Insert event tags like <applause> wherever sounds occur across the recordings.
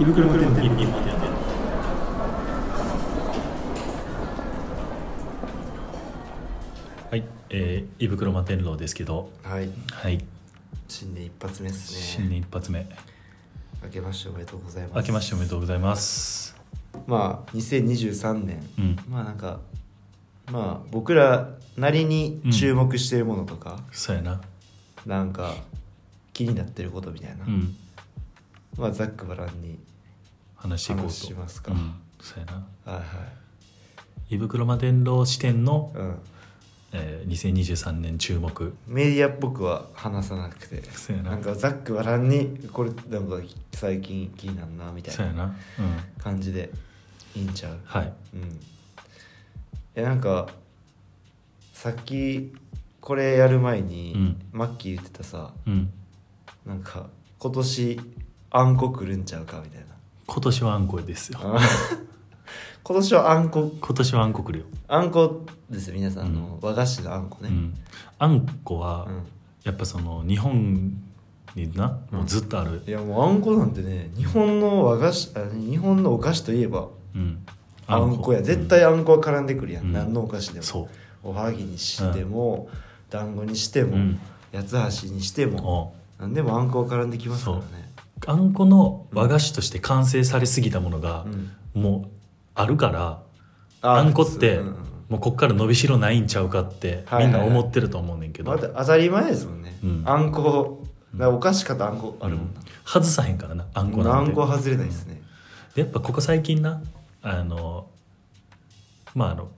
胃袋持ってんのはい、えー、胃袋摩天楼ですけど、はい、はい、新年一発目です新ね。年一発目、明けましておめでとうございます。明けましておめでとうございます。まあ、2023年、うん、まあなんか、まあ僕らなりに注目してるものとか、そうやな、なんか気になってることみたいな、うん、まあざっくばらんに、話していこうと。話しますかうん、そうやな。はいはい。胃袋摩天楼視点の、うん、えー、2023年注目。メディアっぽくは話さなくて、そうやななんかざっくばらんに、これなんか最近気になるなみたいそうやなな、うん、感じでいいんちゃうはい、うんいやなんかさっきこれやる前に、うんマッキー言ってたさうん、なんか今年あんこ来るんちゃうか <laughs> みたいな今年はあんこですよ。あ今年はあんこ今年はあんこ来るよ。あんこです皆さん、あの和菓子のあんこうね、ん、あんこは、うんやっぱその日本にな、もうずっとある。いやもうあんこなんてね日本の和菓子あ日本のお菓子といえばうん、あんこや絶、対あんこは絡んでくるやん、うん何のお菓子うでんもそおはぎにしても、団子にしてう、も、うん、八つ橋にしても、おうなんでもあんこ絡んできますからねあんこの和菓子として完成されすぎたものがう、んもうあるからああんこってうんうんもうこっから伸びしろないんちゃうかってはいみはいはいんな思ってると思うねんけうんど、まあ、だって当たり前ですもんね、うんあんこうんだからお菓子かとあんこあるもんな、外さへんからなあんこあなんんてこ外れないですね、でやっぱここ最近なあのまああの、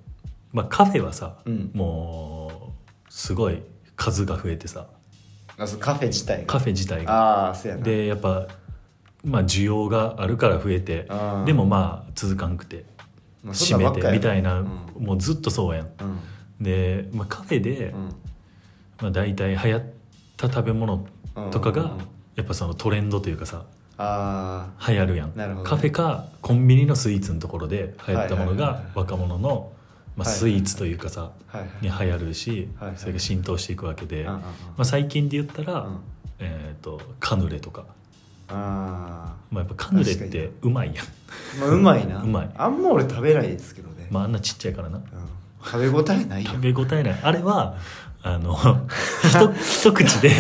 まあ、カフェはさ、うんもうすごい数が増えてさあそうカフェ自体カフェ自体がああそうやなでやっぱまあ需要があるから増えてあーでもまあ続かんくてまあそ閉んなめばってかやみたいな、うんもうずっとそうやんうんで、まあ、カフェで、うんまあ、大体流行った食べ物とかうんうんがうんやっぱそのトレンドというかさあ流行るやんなるほどねカフェかコンビニのスイーツのところで流行ったものはいはいがはいはい若者の、まあ、はいスイーツというかさあはいに流行るしはいはいそれが浸透していくわけで、うんうんうまんあ、最近で言ったら、うんえー、とカヌレとか、あまあ、やっぱカヌレっ確かにてうまいやん、ーまあうまいなうまいあんま俺食べないですけどね、まあ、あんなちっちゃいからなうん、食べ応えないよ食べ応えないあれはあの一一口 <laughs> で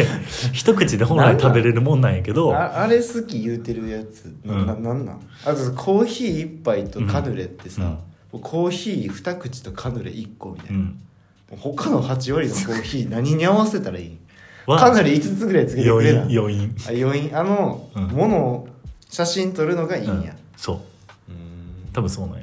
一口で本来食べれるもんなんやけどああれ好き言うてるやつな,、うんん、ななんなんあとコーヒー一杯とカヌレってさ、うんもうコーヒー二口とカヌレ一個みたいうな、ん、もう他の8割のコーヒー何に合わせたらいいはカヌレ5つぐらいつけてく余れ韻なあ余韻余韻あの、うんものを写真撮るのがいいんやそううん多分そうなんや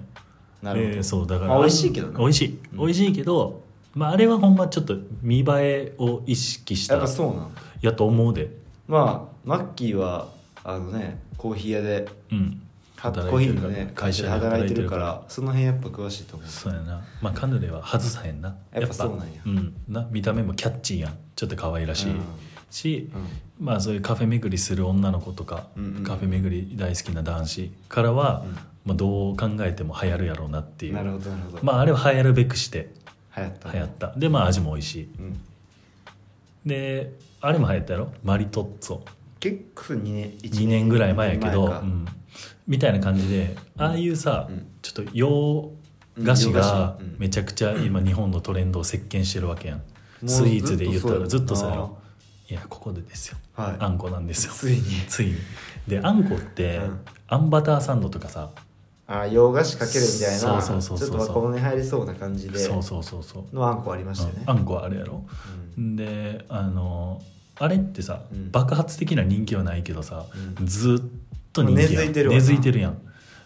なるほど、えーそうだから、まあ美味しいけどねな美味しいうん美味しいけど、まあ、あれはほんまちょっと見栄えを意識したやっぱそうなんやと思うでまあマッキーはあのねコーヒー屋でうんコ働いてるからーヒーのね会社で働いてるか働らその辺やっぱ詳しいと思うそうやな、まあ、カヌレは外さへんなやっぱそうなんやうん、な見た目もキャッチーやんちょっと可愛らしい、うんしうんまあそういうカフェ巡りする女の子とか、うんうんカフェ巡り大好きな男子からは、うんまあ、どう考えても流行るやろうなっていうなるほどなるほど、まああれは流行るべくして流行った流行ったでまあ味も美味しいうん、であれも流行ったやろマリトッツォ結構2年1 2年ぐらい前やけど、前かうんみたいな感じでああいうさ、うんちょっと洋菓子がうん洋菓子うんめちゃくちゃ今日本のトレンドを席巻してるわけやん、うスイーツで言ったらずずっっととそそううややなろいやここでですよはいあんこなんですよついに <laughs> ついにであんこって、うんあんバターサンドとかさあ洋菓子かけるみたいなそうそうそうそうちょっと若者に入りそうな感じでそうそうそうそう、のあんこありましたよねうんあんこはあれやろうんであのあれってさ、うん爆発的な人気はないけどさ、うんずっと人気やん根付いてるわな根付いてるやん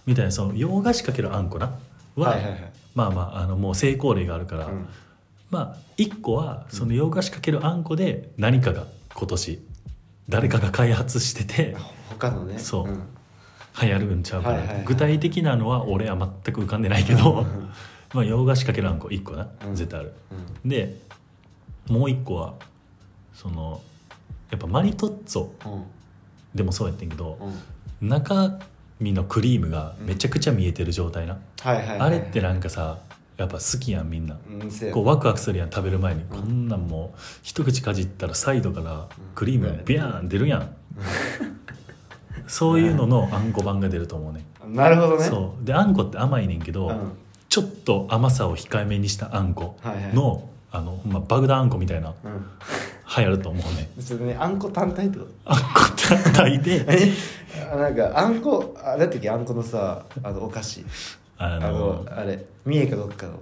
みたいなその洋菓子かけるあんこなは、はいはいはいまあまああのもう成功例があるから、うんまあ1個はその洋菓子かけるあんこで何かが今年誰かが開発してて他のねそうん流行るんちゃうかな、はいはいはい具体的なのは俺は全く浮かんでないけど、うん <laughs> まあ洋菓子かけるあんこ1個な、うん絶対あるうんでもう一個はそのやっぱマリトッツォでもそうやってんけどうんうん中身のクリームがめちゃくちゃ見えてる状態な、はいはいはいあれってなんかさやっぱ好きやんみんな、うんせやこうワクワクするやん食べる前に、こんなんもう一口かじったらサイドからクリームがビャーン出るやん、そういうののあんこ版が出ると思うねなるほどねそうであんこって甘いねんけど、うんちょっと甘さを控えめにしたあんこはいはいの,、あのほんま爆弾あんこみたいなうん流行ると思うねそれねあんこ単体ってことあんこ単体でえ <laughs> あなんかあんこあれだったっけあんこのさあのお菓子ああののあれ三重かどっかの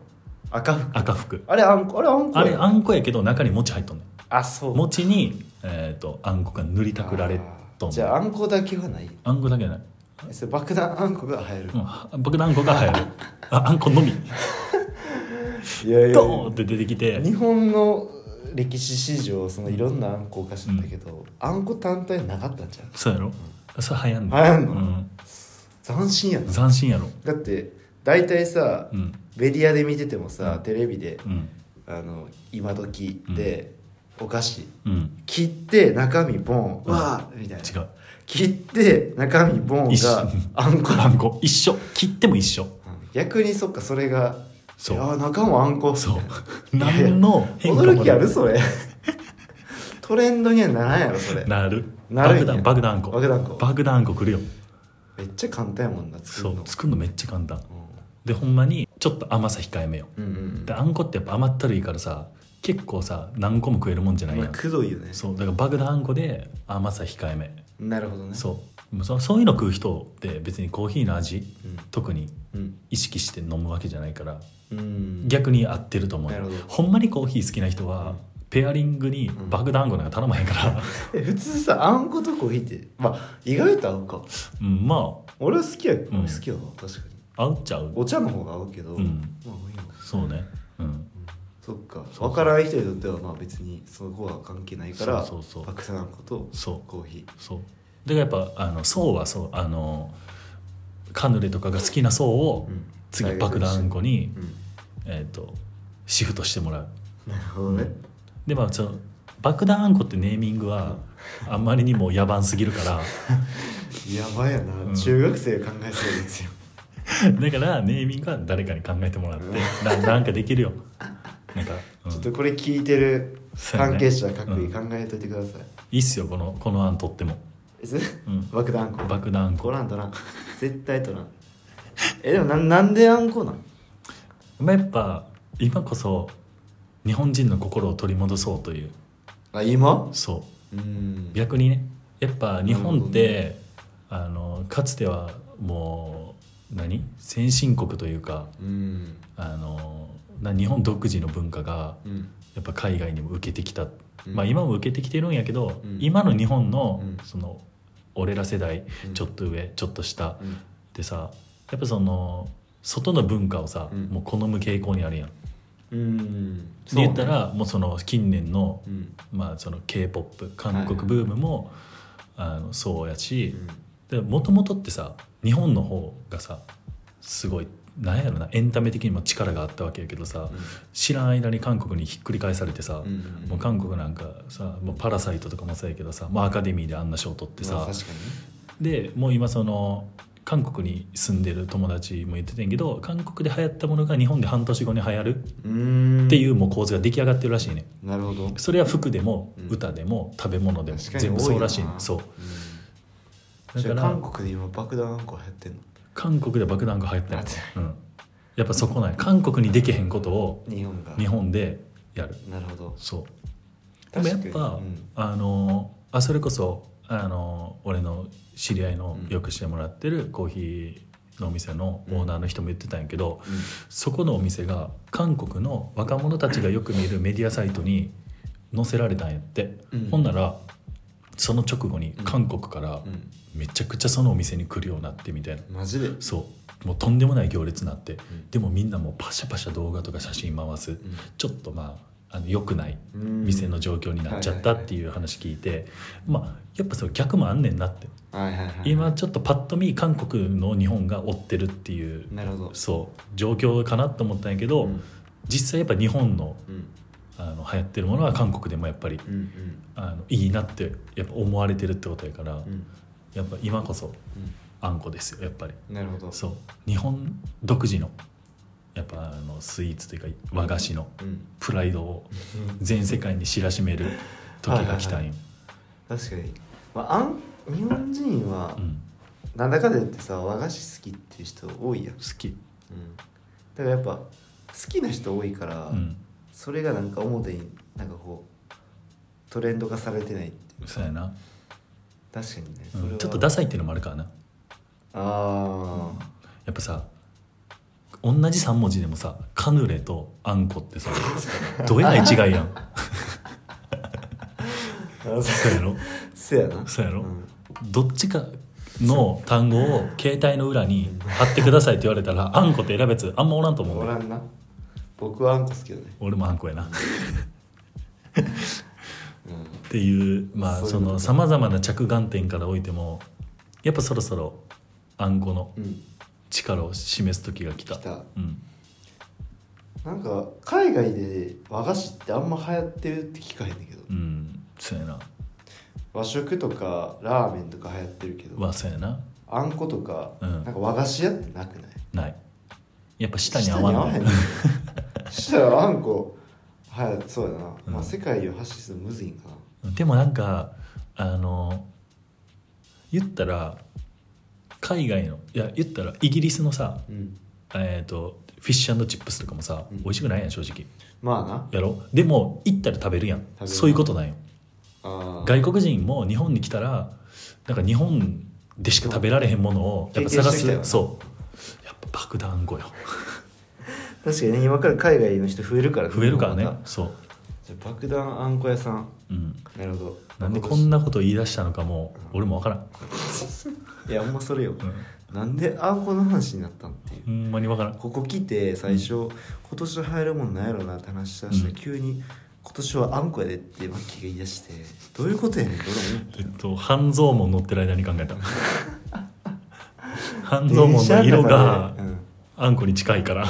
赤服赤服あれあんこあれあんこあれあんこやけど中に餅入っとんねんあそう餅に、えー、とあんこが塗りたくられとあーんじねんゃああんこだけはないあんこだけじゃないえそれ爆弾あんこが入る、うん爆弾あんこが流行るああんこのみいやいやドーンって出てきて日本の歴史史上そのいろんなあんこお菓子なんだけど、あんこ単体なかったんじゃんそうやろそれ流行んの流行んのうん、斬新やな斬新やろだって大体さ、うんメディアで見ててもさ、うんテレビで、うんあの今時で、お菓子うん切って中身ボン、うんわーみたいな違う切って中身ボン一緒があんこあんこ一緒切っても一緒うん逆にそっかそれがそういやー中もあんこそういやいや何の変化もない驚きあるそれトレンドにはならんやろそれなるなるんや爆弾爆弾あんこ爆弾あんこ爆弾あんこくるよめっちゃ簡単やもんな作そるうの作るのめっちゃ簡単でほんまにちょっと甘さ控えめようんうんうんであんこってやっぱ甘ったるいからさ結構さ何個も食えるもんじゃないまやあんくどいよねそうだから爆弾あんこで甘さ控えめなるほどねそうもうそそういうの食う人って別にコーヒーの味特にうん意識して飲むわけじゃないからうんうん逆に合ってると思うなるよほどほんまにコーヒー好きな人うはんペアリングにん爆弾あんこなんか頼まへん <laughs> から、え普通さあんことコーヒーってまあ意外と合うかうん、ま俺は好きや、俺ん好きやわ確かにあ合っちゃうお茶の方が合うけど、うんまあいいよそうねうんそっかそう分からない人にとってはまあ別にそこは関係ないからそうそうそう爆弾あんことそうコーヒそうだからやっぱあの層はそうあのカヌレとかが好きな層ー、をうん次爆弾あんこにう、んえー、とシフトしてもらうなるほどねでまあその爆弾あんこってネーミングはあんまりにも野蛮すぎる <laughs> からやばいやな、ん中学生が考えそうですよだからネーミングは誰かに考えてもらってななんかできるよなんか、うんちょっとこれ聞いてるそうやね関係者各位うん考えといてください、いいっすよこのこの案とっても、えそれうん、爆弾あんこ爆弾あん取こらん取らん絶対取らんえでもなんなんであんこなんまあやっぱ今こそ日本人の心を取り戻そうというあ今そううん逆にねやっぱ日本って、あのかつてはもう何先進国というかうんあのな日本独自の文化がうんやっぱ海外にも受けてきた、うんまあ今も受けてきてるんやけど、うん今の日本の、うんその俺ら世代、うんちょっと上ちょっと下うんでさやっぱその外の文化をさ、うんもう好む傾向にあるやん。でうんそうね言ったらもうその近年のうんまあ、その k p o p 韓国ブームも、あのそうやうしんもともとってさ日本の方がさすごいなんやろなエンタメ的にも力があったわけやけどさ、知らん間に韓国にひっくり返されてさ、うんもう韓国なんかさ「もうパラサイト」とかもそうやけどさ、まあ、アカデミーであんな賞取ってまあさ、確かにねでもう今その韓国に住んでる友達も言ってたんやけど韓国で流行ったものが日本で半年後に流行るうーんっていうもう構図が出来上がってるらしいね。なるほどそれは服でもうん歌でも食べ物でも確かに全部そうらしいねそうだだかからら韓国で今爆弾あんこ流行ってんの韓国で爆弾が入ったよあ、うん、やっぱそこない韓国にできへんことを日本が日本でやるなるほどそうでもやっ確ぱ、かにうんあのあそれこそあの俺の知り合いのうんよくしてもらってるコーヒーのお店のオーナーの人も言ってたんやけど、うんそこのお店が韓国の若者たちがよく見るメディアサイトに載せられたんやって、うんほんならその直後に韓国からうんめちゃくちゃそのお店に来るようになってみたいなマジでうんそうもうとんでもない行列になって、でもみんなもうパシャパシャ動画とか写真回す、ちょっとまああの良くないうん店の状況になっちゃったっていう話聞いて、まあやっぱその逆もあんねんなって、はいはいはい今ちょっとパッと見韓国の日本が追ってるっていうなるほどそう状況かなと思ったんやけど、うん実際やっぱ日本のうんあの流行ってるものは韓国でもやっぱりうんうんあのいいなってやっぱ思われてるってことやから、うんやっぱ今こそうあんこですよやっぱりんなるほどそう日本独自のやっぱあのスイーツというか和菓子のうんプライドをうん全世界に知らしめる時が来たんよ、確かに、まあ、あん日本人はうん、なんだかんだ言ってさ和菓子好きっていう人多いやん、うん、好き、だからやっぱ好きな人多いから、うん、それがなんか表になんかこうトレンド化されてないっていうそうやな、確かにね、うそれん、はちょっとダサいっていうのもあるからなああやっぱさ同じ3文字でもさカヌレとあんこ <laughs> ってさどえらい違いやんあそうやろそうやなそうやろんどっちかの単語を携帯の裏に貼ってくださいって言われたらあんこって選べつあんまおらんと思うおねらんな僕はあんこ好きだね俺もあんこやなっうんていうまあそういうことそのさまざまな着眼点からおいてもやっぱそろそろあんこのうん力を示す時が来た来たうん、なんか海外で和菓子ってあんま流行ってるって聞かへんねんけどうん、そうやな和食とかラーメンとか流行ってるけどはそうやなあんことか、うんなんか和菓子屋ってなくないないやっぱ舌に合わない舌に合へ <laughs> んしたらあんこはいそうやな、うんまあ世界を発信するのむずいんかなでもなんかあの言ったら海外のいや言ったらイギリスのさうんえっ、とフィッシュチップスとかもさ、うん美味しくないやん正直まあなやろでも行ったら食べるやんべるそういうことなんよあー外国人も日本に来たらなんか日本でしか食べられへんものをやっぱ探経験してきすたよなそうやっぱ爆弾語よ確かにね今から海外の人増えるから増えるからねまたそう、じゃあ爆弾あんこ屋さんうん、なるほどなんでこんなこと言い出したのかもう俺も分からん、いやほんまそれようんなんであんこの話になったんっていうほんまに分からんここ来て最初、今年入るもんなんやろなって話し出したら、うん急に今年はあんこやでってマッキーが言い出してどういうことやねんって俺も思っえたっよと半蔵門乗ってる間に考え <laughs> た半蔵門の色が電車の中でうんあんこに近いから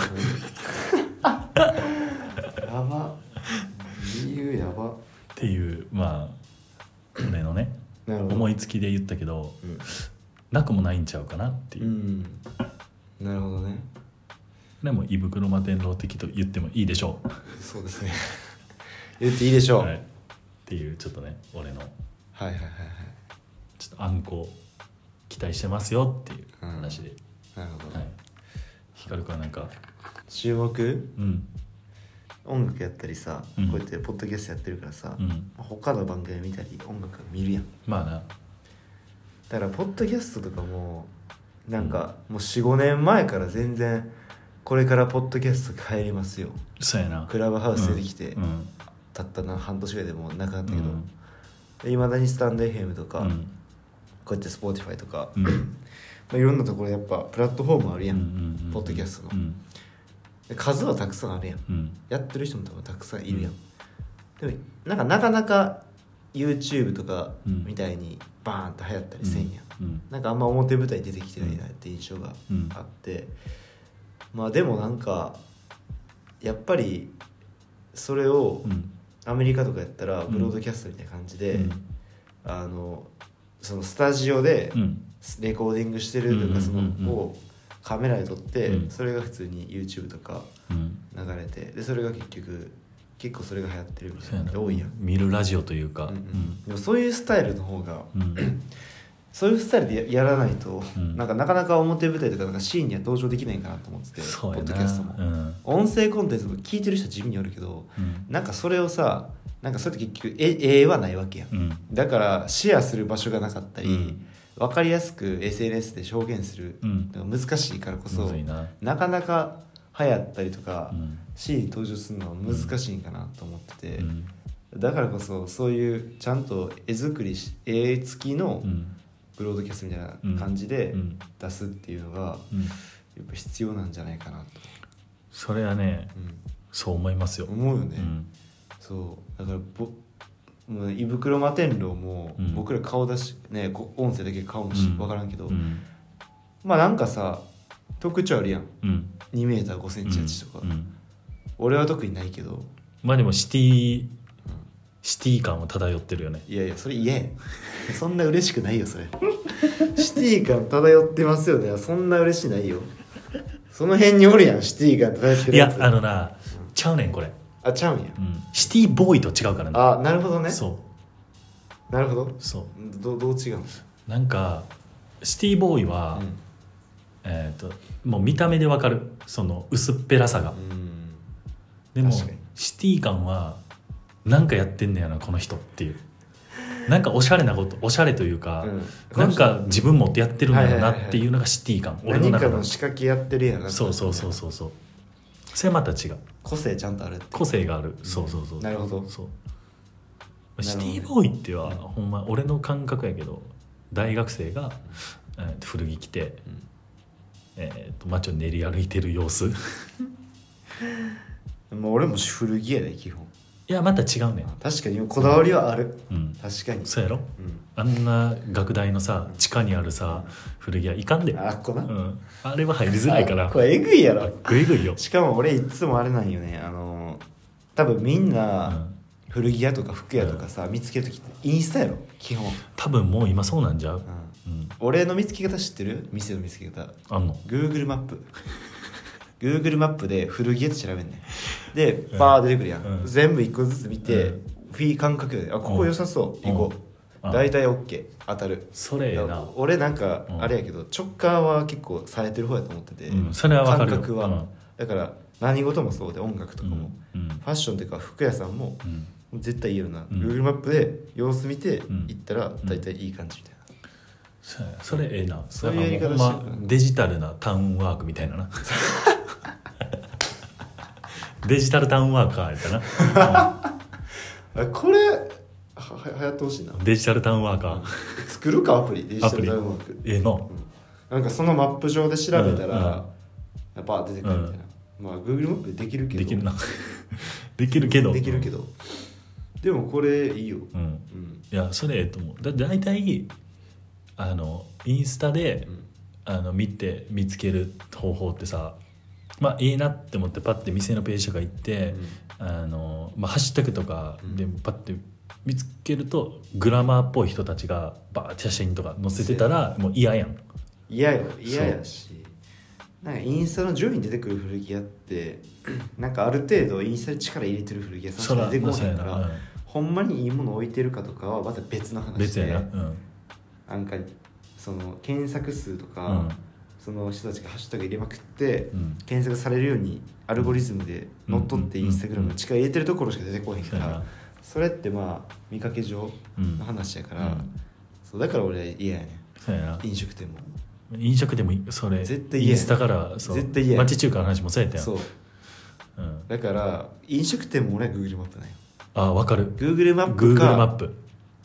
やば理由やばっていうまあ俺のねなるほど思いつきで言ったけどうんなくもないんちゃうかなっていうう、んなるほどねでも胃袋摩天楼的と言ってもいいでしょそうですね <laughs> 言っていいでしう、ょう、は、はいっい、ていうちょっとね俺のはいはいはいちょっとあんこ期待してますよっていう話で、なるほど、はい光くんはなんか注目うん音楽やったりさ、うんこうやってポッドキャストやってるからさ、うん他の番組見たり音楽見るやんまあなだからポッドキャストとかもなんかもう45年前から全然これからポッドキャスト帰りますよそうやなクラブハウス出てきて、うんうんたったな半年ぐらいでもうなくなったうけどんいま、未だにスタンド FM とか、うんこうやって Spotify とか、うんまあ、いろんなところやっぱプラットフォームあるやん,、ポッドキャストのうん数はたくさんあるやんうんやってる人も多分たくさんいるやんう、でもなんかなかなか YouTube とかうんみたいにバーンと流行ったりせんやん、うんなんかあんま表舞台に出てきてないなって印象がうんあって、まあでもなんかやっぱりそれをうんアメリカとかやったらうんブロードキャストみたいな感じで、うんあのそのスタジオでうんレコーディングしてるとかそのうんうんうんうんをカメラで撮って、うんそれが普通に YouTube とかうん流れてでそれが結局結構それが流行ってるみたそういやななのが多いやん、見るラジオというかうんうんでもそういうスタイルの方がうんうんそういうスタイルでややらないと、うんなんかなかなか表舞台とかなんかシーンには登場できないかなと思っててポそうやッドなキャストも、うん音声コンテンツも聞いてる人は地味によるけどうんなんかそれをさなんかそれって結局絵絵はないわけやん、うんだからシェアする場所がなかったり、うん分かりやすく SNS で表現するうんのが難しいからこそ、むずいななかなか流行ったりとか、うんシーンに登場するのは難しいんかなと思ってて、うんだからこそそういうちゃんと絵作りし絵付きのうんブロードキャストみたいな感じでうん出すっていうのがうんやっぱ必要なんじゃないかなと、それはねそう思いますようん、思うよね、うんそうだからぼもう胃袋摩天楼もうん僕ら顔出し、ね、こ音声だけ顔もしうん分からんけど、うんまあなんかさ特徴あるやんうん2メーター5センチ8とうか、ん俺は特にないけどまあでもシティシティ感は漂ってるよねいやいやそれ言えんそんな嬉しくないよそれシティ感漂ってますよねそんな嬉しないよその辺におるやんシティ感漂っているややつあのなちゃうねんこれあちゃうんやうんシティボーイと違うからねあなるほどねそなるほどうそうどどう違うのなんかシティボーイは、うんえー、ともう見た目でわかるその薄っぺらさがうんでも確かにシティ感はなんかやってんねやなこの人っていうなんかおしゃれなことおしゃれというか、うんなんか自分持ってやってるんだろうなはいはいはいはいっていうのがシティ感、何俺かのの中仕掛けやってるやんなのそうそうそうそうそうそれはまた違う個性ちゃんとあるって個性がある、そうそうそうなるほどそうどシティボーイってはほんま俺の感覚やけど大学生が、えーと古着着て、うんえー、と街を練り歩いてる様子いもう俺も古着やで基本やまた違うねん、確かにこだわりはあるうん、確かにそうやろうんあんな学大のさ地下にあるさ古着屋いかんで、あっこう、なんあれは入りづらいからこれえぐいやろグイグイよ、しかも俺いつもあれなんよねあの多分みんう、なん古着屋とか服屋とかさ見つける時ってインスタやろ基本多分もう今そうなんじゃうう、んうん、俺の見つけ方知ってる店の見つけ方あんの Google マップ Google マップで古着屋って調べんねんでバー出てくるやん、うん全部一個ずつ見て、うんフィー感覚であここ良さそう、うん行こう、うん大体 OK 当たるそれええいなや、俺なんかうんあれやけど直感は結構されてる方やと思ってて、うん、それはわか感るよ覚は、だから何事もそうで音楽とうかんも、うんファッションというか服屋さんもうん絶対いいような、ん Google マップで様子見てうん行ったら大体いい感じみたいな、そうやそれええなそういうやり方なんかもうほんしてるまデジタルなタウンワークみたいな <laughs> なデジタルタウンワーカーやったなあこれはは流行ってほしいなデジタルタウンワーカ作るかアプリデジタルダウンロードーええのなんかそのマップ上で調べたら、バー出てくるみたいな、まあ Google マップでできるけどできるなできるけどできるけど、でもこれいいよ、うんうんいやそれええと思うだ大体あのインスタでうんあの見て見つける方法ってさまあいいなって思ってパッて店のページとか行って、あの、まあ、ハッシュタグとかでパッて見つけると、グラマーっぽい人たちがバーって写真とか載せてたらもう嫌やん嫌よ嫌やしなんかインスタの上位に出てくる古着屋って <clears throat> なんかある程度インスタに力入れてる古着屋さんしか出てこそうなやいかなら、ほんまにいいもの置いてるかとかはまた別のうん話別でやなうんなんかその検索数とか、うんその人たちがハッシュタグ入れまくってうん検索されるようにアルゴリズムで乗っ取ってうんインスタグラムの力入れてるところしか出てこへんそかうやらなそれってまあ見かけ上うんの話やかうらんそうだから俺嫌やねそうやな飲食店も飲食でもいそれ絶対嫌イやンスタからそう絶対嫌や町中華の話もそうやったやんそううん、だから飲食店も俺は Google マップなんよあわかる Google マップ Google マッかプ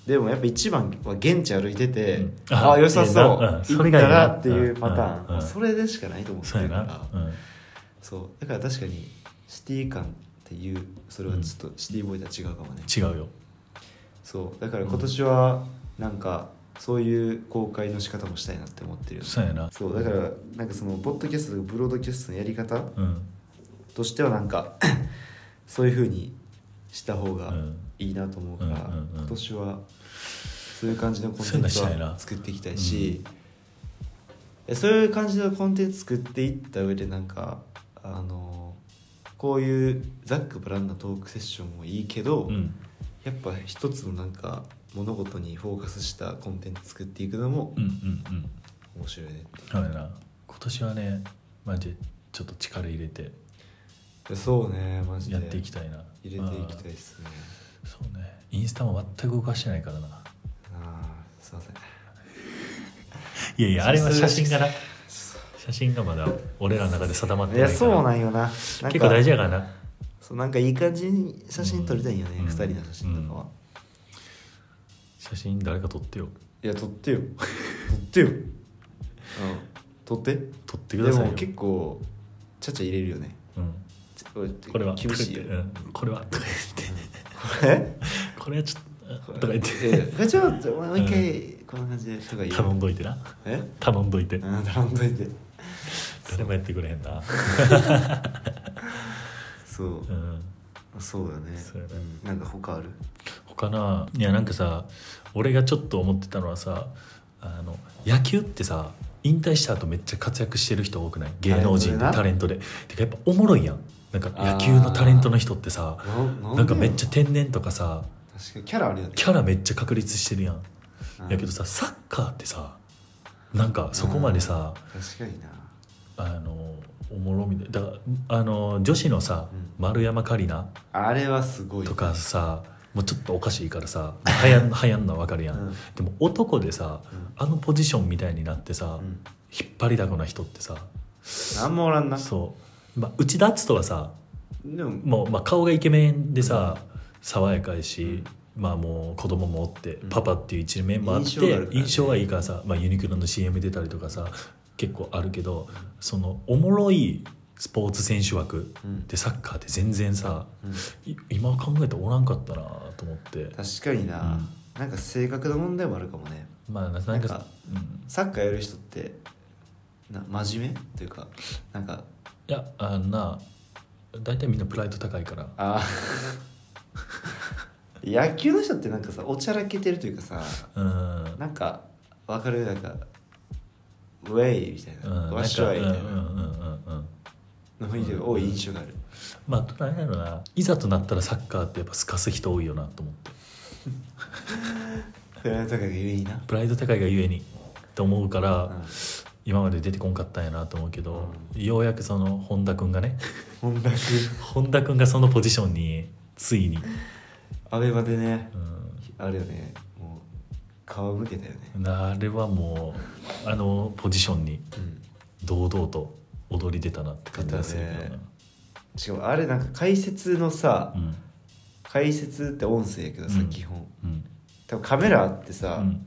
でもやっぱ一番は現地歩いてて、うんあああ良さそういいなうん行そっれがたいいならっていうパタうーン、んうんうんそれでしかないと思ってそうやるからな、うん、そうだから確かにシティ感っていうそれはちょっとシティボーイとは違うかもね、違うよそうだから今年はなんかそういう公開の仕方もしたいなって思ってるよねそうやなそうだからなんかそのポッドキャストとかブロードキャストのやり方うんとしてはなんか <clears throat> そういうふうにした方がいいなと思うから、うんうんうんうん今年はそういう感じのコンテンツそういうのしたいなは作っていきたいし、えそういう感じのコンテンツ作っていった上でなんかあのこういうざっくばらんなトークセッションもいいけど、うんやっぱ一つのなんか物事にフォーカスしたコンテンツ作っていくのもうんうんうん面白いね、そうやな今年はねマジでちょっと力入れてでそうねマジでやっていきたいな入れていきたいですねあーそうねインスタも全く動かしてないからなあーすいませんいやいやあれは写真がなそ写真がまだ俺らの中で定まっていないやからそうなんよななんか結構大事やからなそうなんかいい感じに写真撮りたいよね、うん二人の写真とかは、うん写真誰か撮ってよいや撮ってよ <laughs> 撮ってよ、うん、撮って撮ってでくださいもよ結構ちゃちゃ入れるよねうん、ちょこれは厳しいよ、うんこれはとか言ってこれこれはちょっととか言っいやいてやこれちょっともう一回こんな感じでとかいいよ頼んどいてなえ頼んどいてうん頼んどいて誰もやってくれへんなそううんそうだねそうやねうんなんか他ある他ないやなんかさ俺がちょっと思ってたのはさあの野球ってさ引退した後めっちゃ活躍してる人多くない芸能人タレントでなタレントでてかやっぱおもろいやんなんか野球のタレントの人ってさななんかめっちゃゃ天然とかさ確かにキャラあるよねキャラめっちゃ確立してるやんうんやけどさサッカーってさなんかそこまでさ、確かになあのおもろみたいだからあの女子のさ、うん丸山桂里奈あれはすごいとかさもうちょっとおかしいからさはや <laughs> ん流行んのは分かるやん、うんでも男でさうんあのポジションみたいになってさ、うん引っ張りだこな人ってさなんもおらんなそう、まあ、内田篤人はさでももう、まあ、顔がイケメンでさ爽やかいし、まあもう子供もおって、んパパっていう一面もあって印印象が象,、あるからねがいいからさ、まあ、ユニクロの CM 出たりとかさ結構あるけどそのおもろいスポーツ選手枠うんでサッカーって全然さうんい今考えたらおらんかったなと思って確かにな、なんか性格の問題もあるかもねまあなんかなんかうん、サッカーやる人ってな真面目っていうかなんかいやあんな大体みんなプライド高いからあー <laughs> 野球の人ってなんかさおちゃらけてるというかさうんなんかわかるなんかウェイみたいうんな、なんかわっしょいみたいうんなうんうんうんうんの雰囲気が多い印象がある、まあどうなんやろな。いざとなったらサッカーってやっぱすかす人多いよなと思って。フライドとかがいいな、プライド高いがゆえにと思うから、うん、今まで出てこんかったんやなと思うけど、ようやくその本田君がね、 <laughs> 本田君本田君がそのポジションについに、アベマでねうあれよねもう皮むけたよね、ん、あれはもうあのポジションにうん、堂々と踊り出たなって感じがするけどな。しかもあれなんか解説のさ、うん解説って音声やけどさ、うん基本うん多分カメラあってさ、うん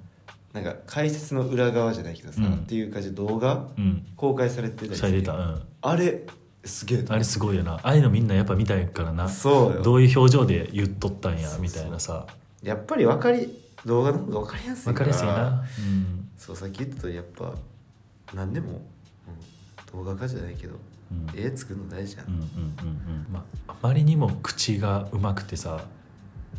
なんか解説の裏側じゃないけどさ、うんっていう感じで動画うん。公開されてたりされてた、うん、あれすげえとあれすごいよなああいうのみんなやっぱ見たいからなそうよどういう表情で言っとったんやそうそうみたいなさやっぱり分かり動画の方が分かりやすい分かりやすいな、うんそうさっき言ったとりやっぱ何でも、うん動画化じゃないけどうん絵作るの大事や、うんんうんうんうんまああまりにも口がうまくてさ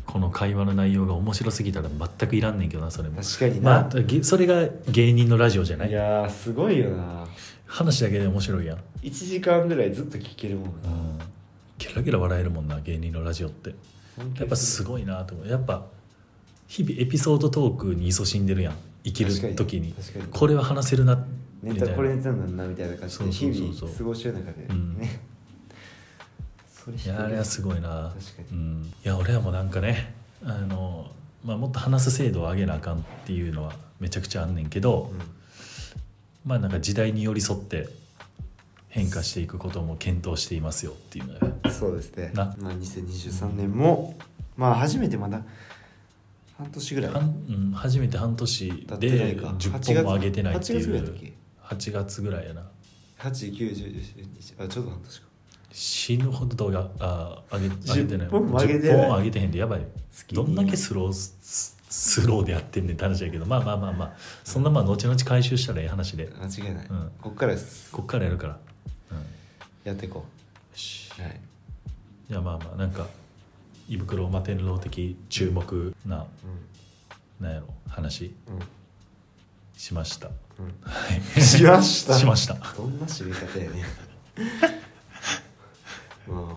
この会話の内容が面白すぎたら全くいらんねんけどなそれも確かにまな、あげそれが芸人のラジオじゃないいやーすごいよな話だけで面白いやん、 1時間ぐらいずっと聞けるもうんな、ん、ゲラゲラ笑えるもんな芸人のラジオってやっぱすごごいなと思うやっぱ日々エピソードトークに勤しんでるやん生きる時に確かにこれは話せるなネみたいタなこれネタなんだなみたいな感じで日そうそうそう々そう過ごしてる中でね、うんそれいやあれはすいごいな確かうん、いや俺らもなんかねあの、まあ、もっと話す精度を上げなあかんっていうのはめちゃくちゃあんねんけど、まあなんか時代に寄り添って変化していくことも検討していますよっていうのがうん、そうですねなまあ、2023年もまあ初めてまだ半年ぐらい半うん、初めて半年経ってないでか10本も上げてないってい8月ぐらいのう時8月ぐらいやな8910あちょうど半年か死ぬほど動画あ上げ上げてない10本も上げてない10本上げてへんでやばいキニどーんだけスローススローでやってんねんって話やけどまあまあまあまあそんなまあ後々回収したらええ話で間違いない、うんこっからですこっからやるから、うん、よやっていこしうはいいやまあまあなんか胃袋摩天楼的注目ななんやろ話うんうんしましたうんはいしましたしました、どんな締め <laughs> 方やねまあ、うん、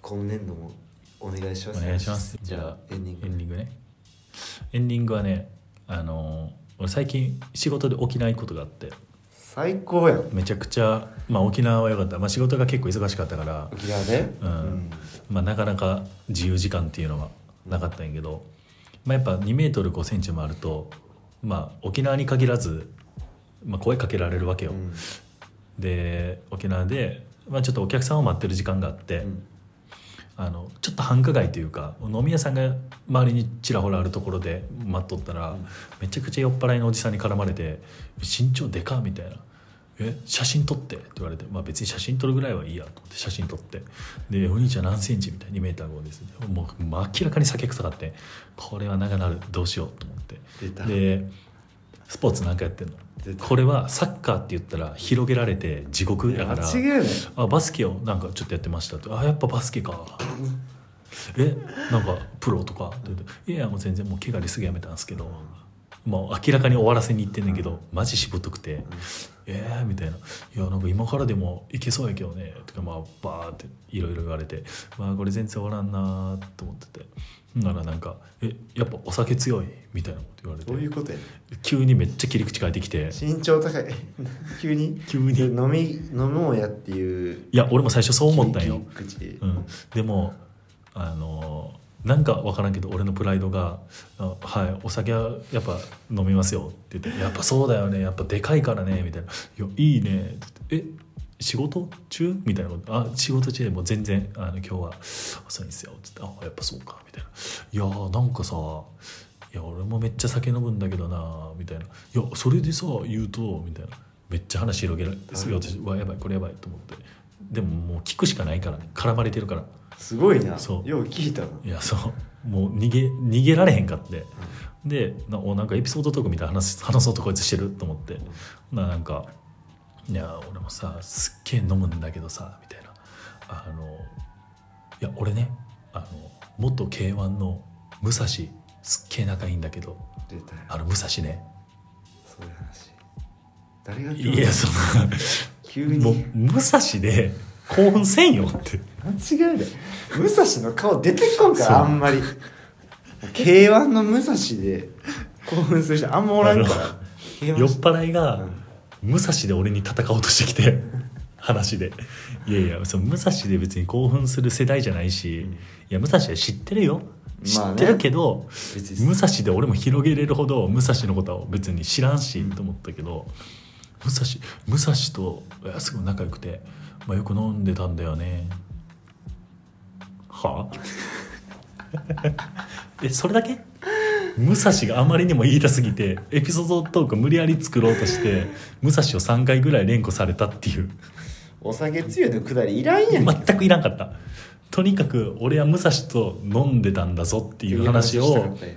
今年度もお願いしますお願いしますじじゃゃああエンディングエンディングねエンディングはねあのー俺最近仕事で起きないことがあって最高やんめちゃくちゃ、まあ、沖縄は良かった、まあ、仕事が結構忙しかったから、沖縄ねうんまあ、なかなか自由時間っていうのはなかったんやけど、まあ、やっぱ2メートル5センチもあると、まあ、沖縄に限らず、まあ、声かけられるわけうよ、んで沖縄で、まあ、ちょっとお客さんを待ってる時間があって、うんあのちょっと繁華街というか飲み屋さんが周りにちらほらあるところで待っとったら、めちゃくちゃ酔っ払いのおじさんに絡まれて「身長でかっ」みたいな「え写真撮って」って言われて、まあ、別に写真撮るぐらいはいいやと思って写真撮ってで「お兄ちゃん何センチ?」みたいな「2メーター5です」もうもう明らかに酒臭かってこれは長なるどうしようと思って出たでスポーツなんかやってんの出たこれはサッカーって言ったら広げられて地獄やから間違いないあバスケをなんかちょっとやってましたってあやっぱバスケ <laughs> かえなんかプロとかって言っていやいやもう全然もう怪我ですぐやめたんですけどもう明らかに終わらせに行ってんねんけどマジしぶとくてえー、みたいな「いやなんか今からでもいけそうやけどね」とかまあバーっていろいろ言われて「まあこれ全然終わらんな」と思っててほんならなんか「えやっぱお酒強い」みたいなこと言われどういてうことやね急にめっちゃ切り口変えてきて身長高い <laughs> 急に急にい飲み飲もうやっていうや俺も最初そう思ったんよ、切り口うん、でもあのなんか分からんけど俺のプライドが「あはいお酒はやっぱ飲みますよ」って言って「やっぱそうだよねやっぱでかいからね」みたいな「いやいいね」って言ってえ仕事中?」みたいなこと「あ仕事中でもう全然あの今日は遅いんですよ」つって「あやっぱそうか」みたいな「いやーなんかさいや俺もめっちゃ酒飲むんだけどな」みたいな「いやそれでさ言うと」みたいなめっちゃ話広げられてすぐ私「うわやばいこれやばい」と思ってでももう聞くしかないからね絡まれてるからすごいなそうよう聞いたないやそうもう逃げ逃げられへんかってでなおなんかエピソードトークみたいな話話そうとこいつしてると思ってほんならなんか「いや俺もさすっげえ飲むんだけどさ」みたいな「あのいや俺ねあの元 k 1の武蔵すっげえ仲いいんだけど出たよあの武蔵ねそういう話誰がいやその急もうに武蔵で興奮せんよって間違いだよ武蔵の顔出てこんかそうらあんまり k 1の武蔵で興奮する人あんまおらんかあら K1 酔っ払いが、うん武蔵で俺に戦おうとしてき <laughs> て話でいやいやその武蔵で別に興奮する世代じゃないし、うんいや武蔵は知ってるよ知まあっねてるけど、別に武蔵で俺も広げれるほど武蔵のことは別に知らんし、うんと思ったけど武蔵武蔵といやすごい仲良くて、まあ、よく飲んでたんだよねは <laughs> あえそれだけ武蔵があまりにも言いたすぎてエピソードトーク無理やり作ろうとして武蔵を3回ぐらい連呼されたっていうお酒強いのくだりいらんやんけ全くいらんかったとにかく俺は武蔵と飲んでたんだぞっていう話したかをったよ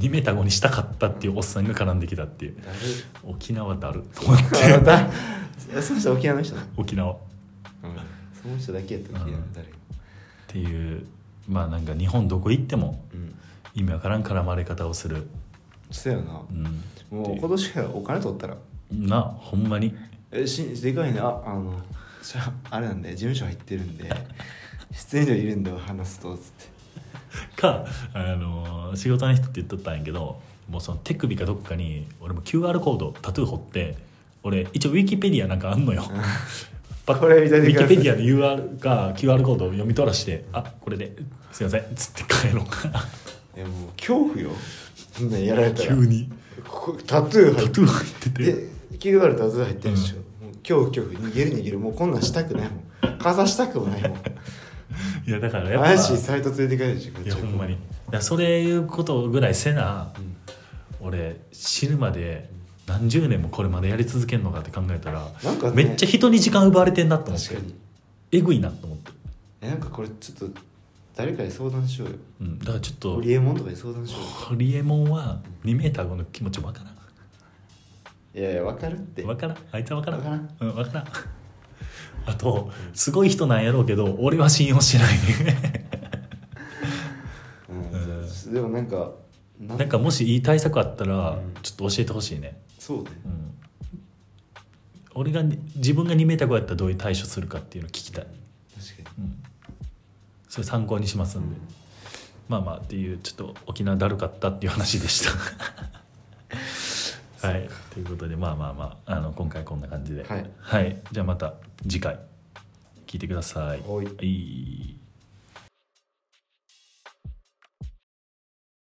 2メーター後にしたかったっていうおっさんが絡んできたっていうだ沖縄だると思って <laughs> るあ <laughs> またいやその人沖縄の人だ、沖縄っその人だけやった沖縄うん誰もていうまあなんか日本どこ行ってもうん意味わからん絡まれ方をする、そうやなうん、もう今年からお金取ったらなほんまにえしでかいねああのしゃあれなんで事務所入ってる <laughs> んで出演料いるんで話すとつってかあのー仕事の人って言っとったんやけどもうその手首かどっかに俺も QR コードタトゥー彫って俺一応ウィキペディアなんかあんのよパッこれ見といウてィくださキいペディアの UR か QR コードを読み取らして「あこれですいません」っつって帰ろうかないやもう恐怖よそんなんやられ <laughs> た急らにここタトゥータ入ってトゥー入っててでキルバルタトゥー入ってるでしょ、もう恐怖恐怖逃げる逃げるもうこんなんしたくないもんかざしたくもないもんいやだからやっぱ怪しいサイト連れて帰るでしょこっいちやはほんまにだからそういうことぐらいせなうん俺死ぬまで何十年もこれまでやり続けるのかって考えたらなんか、ね、めっちゃ人に時間奪われてんなと思っ確てかにえぐいなと思って、えなんかこれちょっと誰かに相談しようようん、だからちょっホとリエモンとかに相談しよホリエモンは2メーター後の気持ちわからんうよいやいや分かるってわからんあいつはわからんわからうん、わからん <laughs> あとすごい人なんやろうけど俺は信用しないねうんそうでもなんかななんかもしいい対策あったらうんちょっと教えてほしいねそうねうん俺がに自分が2メーター後やったらどういう対処するかっていうのを聞きたい、確かうん、それ参考にしますんで、うんまあまあっていうちょっと沖縄だるかったっていう話でした <laughs> はいということでまあまあまああの今回こんな感じではいじゃあまた次回聞いてください、はいい